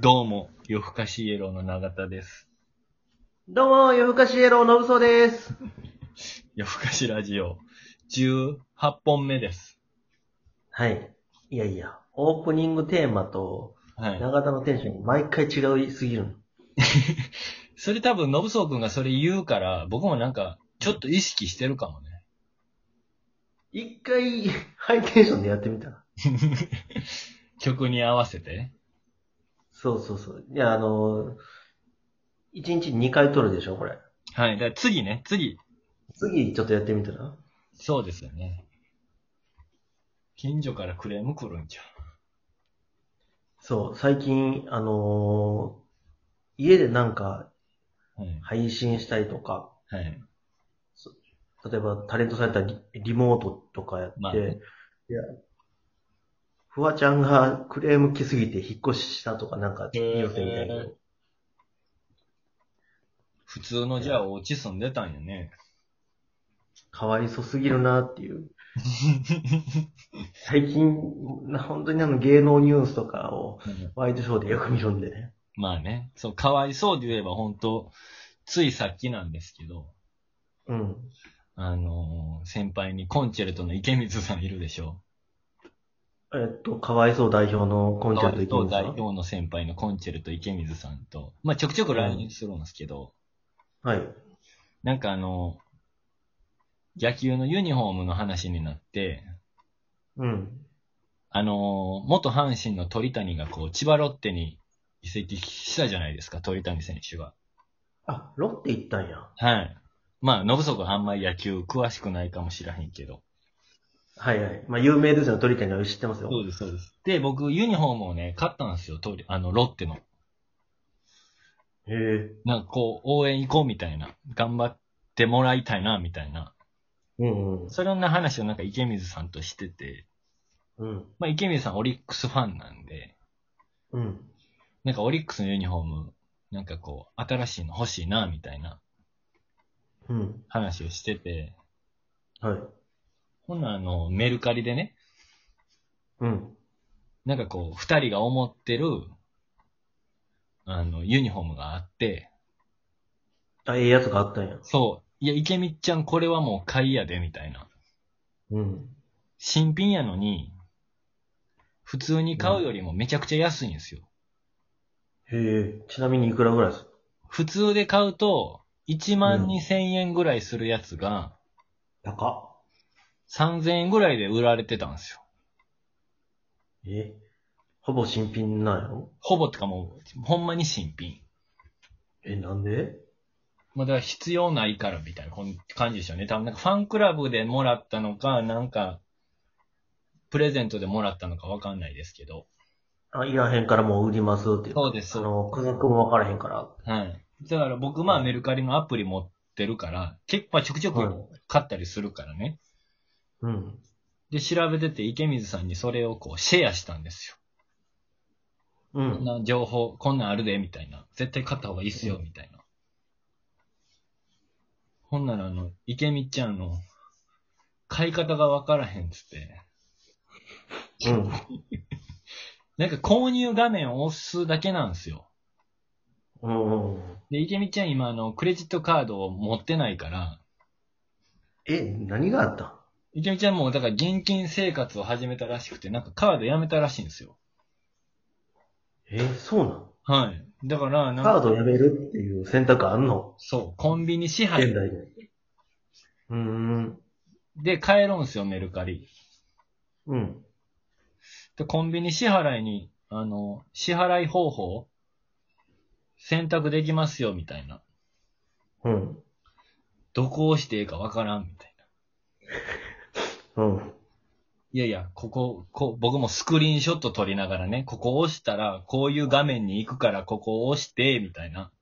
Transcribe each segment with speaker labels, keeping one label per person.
Speaker 1: どうも、夜更かしイエローの永田です。
Speaker 2: どうも、夜更かしイエローのぶそうです。
Speaker 1: 夜更かしラジオ、18本目です。
Speaker 2: はい。いやいや、オープニングテーマと、
Speaker 1: はい。
Speaker 2: 長田のテンション、毎回違いすぎる。
Speaker 1: それ多分、信そうくんがそれ言うから、僕もなんか、ちょっと意識してるかもね。
Speaker 2: 一回、ハイテンションでやってみたら。
Speaker 1: 曲に合わせて。
Speaker 2: そうそうそう。いや、あの、一日二回撮るでしょ、これ。
Speaker 1: はい。だから次ね、次。
Speaker 2: 次、ちょっとやってみたら。
Speaker 1: そうですよね。近所からクレーム来るんちゃ
Speaker 2: そう、最近、あのー家でなんか、
Speaker 1: う。はい。
Speaker 2: 配信したりとか、
Speaker 1: はい。
Speaker 2: 例えばタレントされたリリモートとかやって、
Speaker 1: まあね
Speaker 2: いや、フワちゃんがクレーム来すぎて引っ越ししたとかなんか言うてみたいな
Speaker 1: へー普通のじゃあ、お家住んでたんやね。
Speaker 2: かわいそすぎるなっていう。 最近、な本当にあの芸能ニュースとかをワイドショーでよく見るんでね。
Speaker 1: まあね。そう、かわいそうで言えば本当ついさっきなんですけど、
Speaker 2: うん。
Speaker 1: あのー先輩にコンチェルトの池水さんいるでしょ。
Speaker 2: えっと、かわいそう代表のコンチェルト行き
Speaker 1: 代
Speaker 2: ますか
Speaker 1: 表の先輩のコンチェルト池水さんと、まあ、ちょくちょく LINE するんですけど、
Speaker 2: はい。
Speaker 1: なんかあの、野球のユニフォームの話になって、
Speaker 2: うん。
Speaker 1: あのー元阪神の鳥谷がこう、千葉ロッテに移籍したじゃないですか、鳥谷選手が。
Speaker 2: あ、ロッテ行ったんや。
Speaker 1: はい。まあ、信則はあんまり野球詳しくないかもしらへんけど。
Speaker 2: はいはい。まあ、有名ですよ。鳥谷は知ってますよ。
Speaker 1: うです、そうです。で、僕、ユニフォームをね、買ったんですよ、鳥あの、ロッテの。
Speaker 2: へえ。
Speaker 1: なんかこう、応援行こうみたいな、頑張ってもらいたいな、みたいな。
Speaker 2: うんうん。
Speaker 1: そんな話をなんか池水さんとしてて、
Speaker 2: うん。
Speaker 1: まあ池水さんオリックスファンなんで、
Speaker 2: うん。
Speaker 1: なんかオリックスのユニフォーム、なんかこう、新しいの欲しいな、みたいな
Speaker 2: うん。
Speaker 1: 話をしてて、
Speaker 2: はい。
Speaker 1: ほんならあの、メルカリでね、
Speaker 2: うん。
Speaker 1: なんかこう、二人が思ってる、あの、ユニフォームがあって、
Speaker 2: あ、ええやつがあったんや。
Speaker 1: そう、いや、池水ちゃんこれはもう買いやで、みたいな。
Speaker 2: うん。
Speaker 1: 新品やのに、普通に買うよりもめちゃくちゃ安いんですよ。
Speaker 2: へえ。ちなみにいくらぐらいです
Speaker 1: 普通で買うと、1万2000円ぐらいするやつが、
Speaker 2: 高っ。
Speaker 1: 3000円ぐらいで売られてたんですよ。
Speaker 2: えほぼ新品なんやろ
Speaker 1: ほぼってかもう、ほんまに新品。
Speaker 2: え、なんで
Speaker 1: まあ、だから必要ないからみたいなこん感じでしょうね。多分なんかファンクラブでもらったのか、なんか、プレゼントでもらったのかわかんないですけど。
Speaker 2: あ、いらへんからもう売りますって。
Speaker 1: そうです
Speaker 2: あの、価格もわからへんから。
Speaker 1: はい。だから僕、まあメルカリのアプリ持ってるから、結構ちょくちょ
Speaker 2: はい
Speaker 1: く買ったりするからね。
Speaker 2: うん。
Speaker 1: で、調べてて池水さんにそれをこうシェアしたんですよ。
Speaker 2: う
Speaker 1: こん
Speaker 2: ん。
Speaker 1: な情報、こんなんあるで、みたいな。絶対買った方がいいっすよ、みたいな。ほんなら、あの、池みちゃんの、買い方がわからへんっつって、
Speaker 2: うん。
Speaker 1: なんか購入画面を押すだけなんですよ。
Speaker 2: うんうん。
Speaker 1: で、池みちゃん今、あの、クレジットカードを持ってないから、
Speaker 2: え、何があったん
Speaker 1: 池みちゃんもうだから現金生活を始めたらしくて、なんかカードやめたらしいんですよ。
Speaker 2: え、そう
Speaker 1: はい。だから、な
Speaker 2: なんんカ
Speaker 1: か、
Speaker 2: ードやめるっていう選択あんの
Speaker 1: そう、コンビニ支
Speaker 2: 現
Speaker 1: 配
Speaker 2: 代で。うーん。
Speaker 1: で買えるんですよ、メルカリ。
Speaker 2: うん。
Speaker 1: で、コンビニ支払いに、あの、支払い方法、選択できますよ、みたいな。
Speaker 2: うん。
Speaker 1: どこを押していいかわからん、みたいな。
Speaker 2: うん。
Speaker 1: いやいや、ここ、こう僕もスクリーンショット撮りながらね、ここを押したら、こういう画面に行くから、ここを押して、みたいな。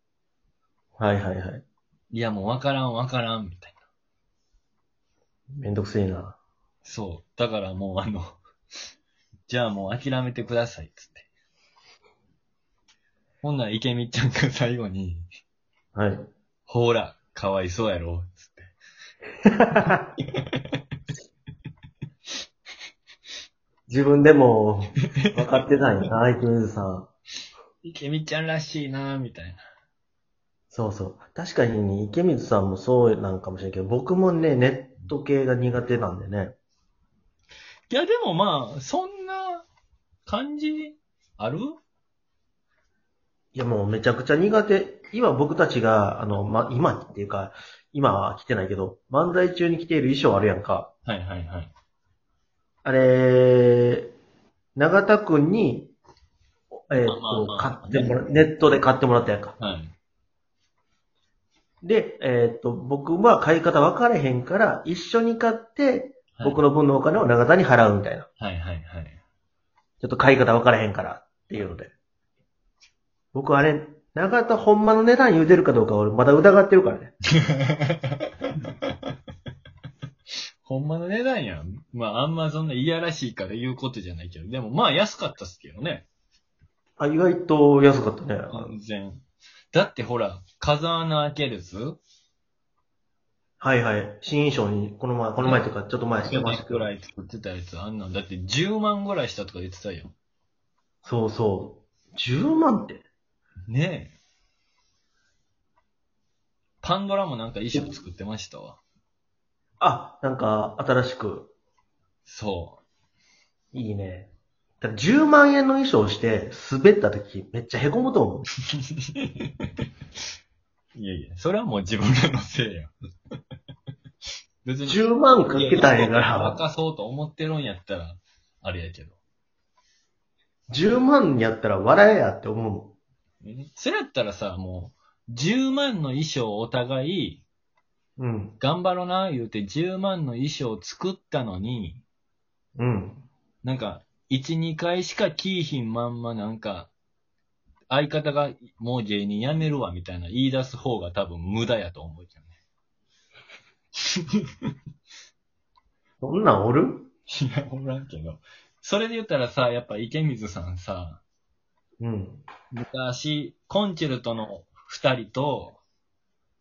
Speaker 2: はいはいはい。
Speaker 1: いや、もうわからん、わからん、みたいな。
Speaker 2: めんどくせえな。
Speaker 1: そう。だからもう、あの、 じゃあもう諦めてください、つって。ほんなら、池みちゃんが最後に、
Speaker 2: はい。
Speaker 1: ほら、かわいそうやろ、つって。
Speaker 2: 自分でも、分かってないな、イクルーズさん。
Speaker 1: 池みちゃんらしいな、みたいな。
Speaker 2: そうそう。確かに、池水さんもそうなんかもしれんけど、僕もね、ネット系が苦手なんでね。
Speaker 1: いや、でもまあ、そんな感じある
Speaker 2: いや、もうめちゃくちゃ苦手。今僕たちが、あの、ま、今っていうか、今は着てないけど、漫才中に着ている衣装あるやんか。
Speaker 1: はいはいはい。
Speaker 2: あれ、長田くんに、えっ、
Speaker 1: まあま
Speaker 2: と、買
Speaker 1: あまあ
Speaker 2: ってもら、ネットで買ってもらったやんか。
Speaker 1: はい。
Speaker 2: で、えっ、と、僕は買い方分かれへんから、一緒に買って、僕
Speaker 1: の。
Speaker 2: の分のお金を長田に払うみたいな。
Speaker 1: はいはいはい。
Speaker 2: ちょっと買い方分からへんからっていうので。僕あれ、長田ほんまの値段言うてるかどうか俺まだ疑ってるからね。
Speaker 1: ほんまの値段やん。まあ、あんまそんないやらしいから言うことじゃないけど、でもまあ安かったっすけどね。
Speaker 2: あ、意外と安かったね。
Speaker 1: 完全。だってほら、風穴開けるず
Speaker 2: はいはい。新衣装に、この前、この前というか、ちょっと前してましたけ
Speaker 1: ぐ
Speaker 2: ど。
Speaker 1: らい作ってたやつ、あんなん。だって10万ぐらいしたとか言ってたよ。
Speaker 2: そうそう。10万って。
Speaker 1: ねえ。パンドラもなんか衣装作ってましたわ。
Speaker 2: あ、なんか、新しく、
Speaker 1: そ
Speaker 2: いいね。だから10万円の衣装して、滑った時、めっちゃ凹むと思う。
Speaker 1: う。いやいや、それはもう自分らのせいや。 別に
Speaker 2: 10万かけたん
Speaker 1: いや
Speaker 2: やか
Speaker 1: なん
Speaker 2: ら、
Speaker 1: かそうと思ってるんやったら、あれやけど。
Speaker 2: 10万やったら笑えやって思うもん。
Speaker 1: それやったらさ、もう、10万の衣装をお互い、
Speaker 2: うん。
Speaker 1: 頑張ろうな、言うて10万の衣装を作ったのに、
Speaker 2: うん。
Speaker 1: なんか、1、2回しか着いひんまんま、なんか、相方がもう芸人辞めるわ、みたいな言い出す方が多分無駄やと思うけどね。
Speaker 2: そんなんおる
Speaker 1: いや、おらんけど。それで言ったらさ、やっぱ池水さんさ、
Speaker 2: うん。
Speaker 1: 昔、コンチェルトの2人と、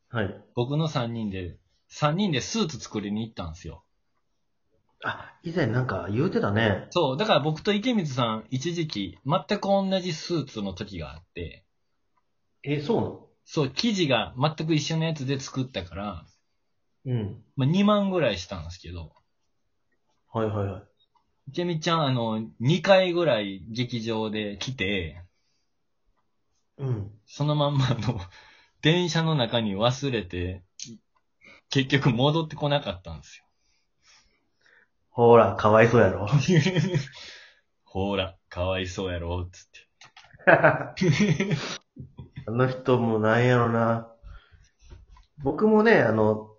Speaker 2: はい。
Speaker 1: 僕の3人で、3人でスーツ作りに行ったんですよ。
Speaker 2: あ、以前なんか言うてたね。
Speaker 1: そう、だから僕と池水さん、一時期、全く同じスーツの時があって、
Speaker 2: え、そ
Speaker 1: そう、生地が全く一緒のやつで作ったから、
Speaker 2: うなのうん。
Speaker 1: まあ、2万ぐらいしたんですけど、
Speaker 2: はいはいはい。
Speaker 1: 池水ちゃん、あの、2回ぐらい劇場で来て、
Speaker 2: うん。
Speaker 1: そのまんま、あの、 電車の中に忘れて、結局戻ってこなかったんですよ。
Speaker 2: ほら、かわいそうや ろ。
Speaker 1: ほら、かわいそうやろ、つって。
Speaker 2: あの人もなんやろな。僕もね、あの、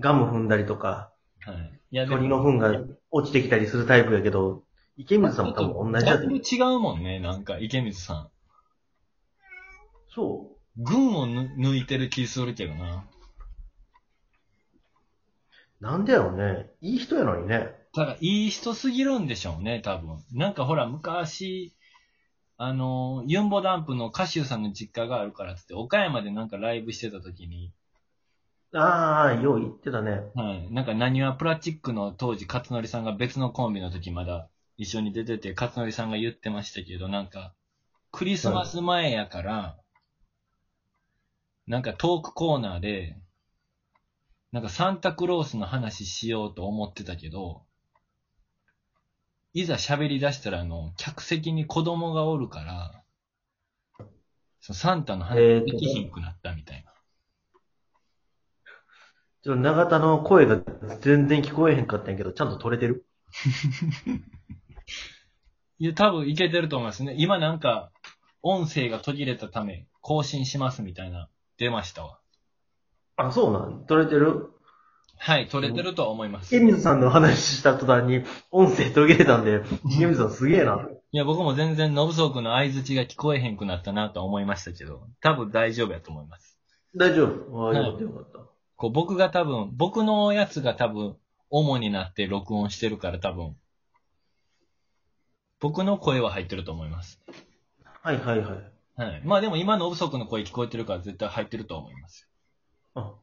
Speaker 2: ガム踏んだりとか、
Speaker 1: はい。いや
Speaker 2: 鳥の糞が落ちてきたりするタイプやけど、池水さんも多分同じ
Speaker 1: だ
Speaker 2: だ
Speaker 1: い
Speaker 2: と
Speaker 1: ぶ
Speaker 2: 思う。
Speaker 1: 違うもんね、なんか、池水さん。
Speaker 2: そ
Speaker 1: 群をぬ抜いてる気するけどな。
Speaker 2: う。なんでやろね。いい人やのにね。
Speaker 1: ただ、いい人すぎるんでしょうね、多分。なんかほら、昔、あの、ユンボダンプの歌手さんの実家があるからっつって、岡山でなんかライブしてた時に、
Speaker 2: ああ、よう言ってたね。
Speaker 1: はい。なんか、何はプラチックの当時、勝則さんが別のコンビの時まだ一緒に出てて、勝則さんが言ってましたけど、なんか、クリスマス前やから、なんかトークコーナーで、なんかサンタクロースの話しようと思ってたけど、いざ喋り出したら、あの、客席に子供がおるから、そのサンタの話
Speaker 2: えーと
Speaker 1: できひんくなったみたいな。
Speaker 2: ちょっと長田の声が全然聞こえへんかったんやけど、ちゃんと取れてる
Speaker 1: いや、多分いけてると思いますね。今なんか、音声が途切れたため、更新しますみたいな、出ましたわ。
Speaker 2: あ、そうなん取れてる
Speaker 1: はい、取れてるとは思います。
Speaker 2: 池
Speaker 1: い
Speaker 2: 水さんの話した途端に音声途切れた んで、池水さんすげえな。
Speaker 1: や、僕も全然、ノブソウ君の相づちが聞こえへんくなったなとは思いましたけど、多分大丈夫やと思います。
Speaker 2: 大丈夫。ああ、よかったよかった。
Speaker 1: こう、僕が多分、僕のやつが多分、主になって録音してるから多分、僕の声は入ってると思います。
Speaker 2: はいはいはい。
Speaker 1: はい。まあでも今、ノブソウ君の声聞こえてるから絶対入ってると思います。
Speaker 2: あ、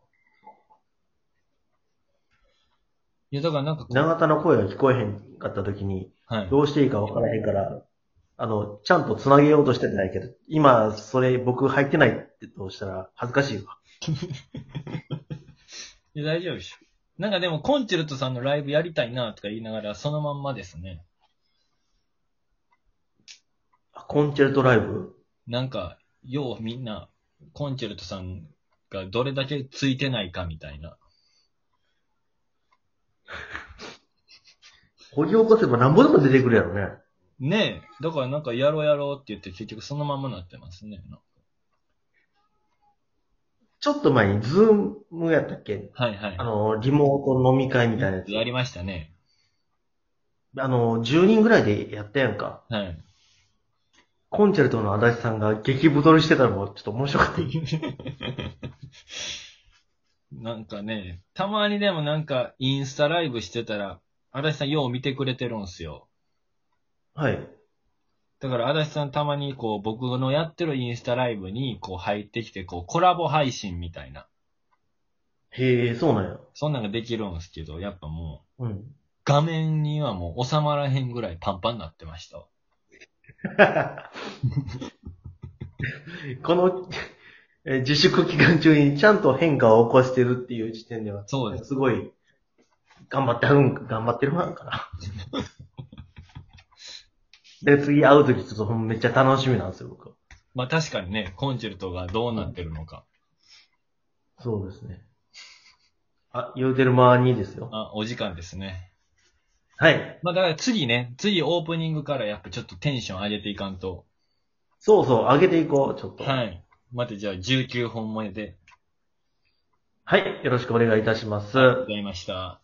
Speaker 1: いや、だからなんかこう、
Speaker 2: 長田の声が聞こえへんかった時に、
Speaker 1: はい。
Speaker 2: どうしていいか分からへんから、あの、ちゃんと繋げようとしてないけど、今、それ僕入ってないってどうしたら恥ずかしいわ。
Speaker 1: いや大丈夫でしょ。なんかでも、コンチェルトさんのライブやりたいなとか言いながら、そのまんまですね。
Speaker 2: コンチェルトライブ
Speaker 1: なんか、ようみんな、コンチェルトさんがどれだけついてないかみたいな。
Speaker 2: 掘り起こせばなんぼでも出てくるやろね。
Speaker 1: ねえ、だからなんかやろうやろうって言って結局そのままなってますね。
Speaker 2: ちょっと前に、ズームやったっけ
Speaker 1: はいはい
Speaker 2: あ。の、リモート飲み会みたいなやつ。
Speaker 1: やりましたね。
Speaker 2: あの、10人ぐらいでやったやんか。
Speaker 1: はい。
Speaker 2: コンチェルトの足立さんが激太りしてたのもちょっと面白かった。
Speaker 1: なんかね、たまにでもなんかインスタライブしてたら、足立さんよう見てくれてるんすよ。
Speaker 2: はい。
Speaker 1: だから足立さんたまにこう僕のやってるインスタライブにこう入ってきてこうコラボ配信みたいな。
Speaker 2: へえ、そうなんや。
Speaker 1: そんなんができるんすけど、やっぱもう
Speaker 2: うん。
Speaker 1: 画面にはもう収まらへんぐらいパンパンになってました。
Speaker 2: このえー自粛期間中にちゃんと変化を起こしてるっていう時点では、
Speaker 1: そうです。
Speaker 2: すごい、頑張ってはるん、頑張ってるなん かな。で、次会うときちょっとほんまめっちゃ楽しみなんですよ、僕。
Speaker 1: まあ確かにね、コンチェルトがどうなってるのか。
Speaker 2: そうですね。あ、言うてる間にですよ。
Speaker 1: あ、お時間ですね。
Speaker 2: はい。
Speaker 1: まあだから次ね、次オープニングからやっぱちょっとテンション上げていかんと。
Speaker 2: そうそう、上げていこう、ちょっと。
Speaker 1: はい。またじゃあ19本目で
Speaker 2: はい、よろしくお願いいたします。
Speaker 1: ございました。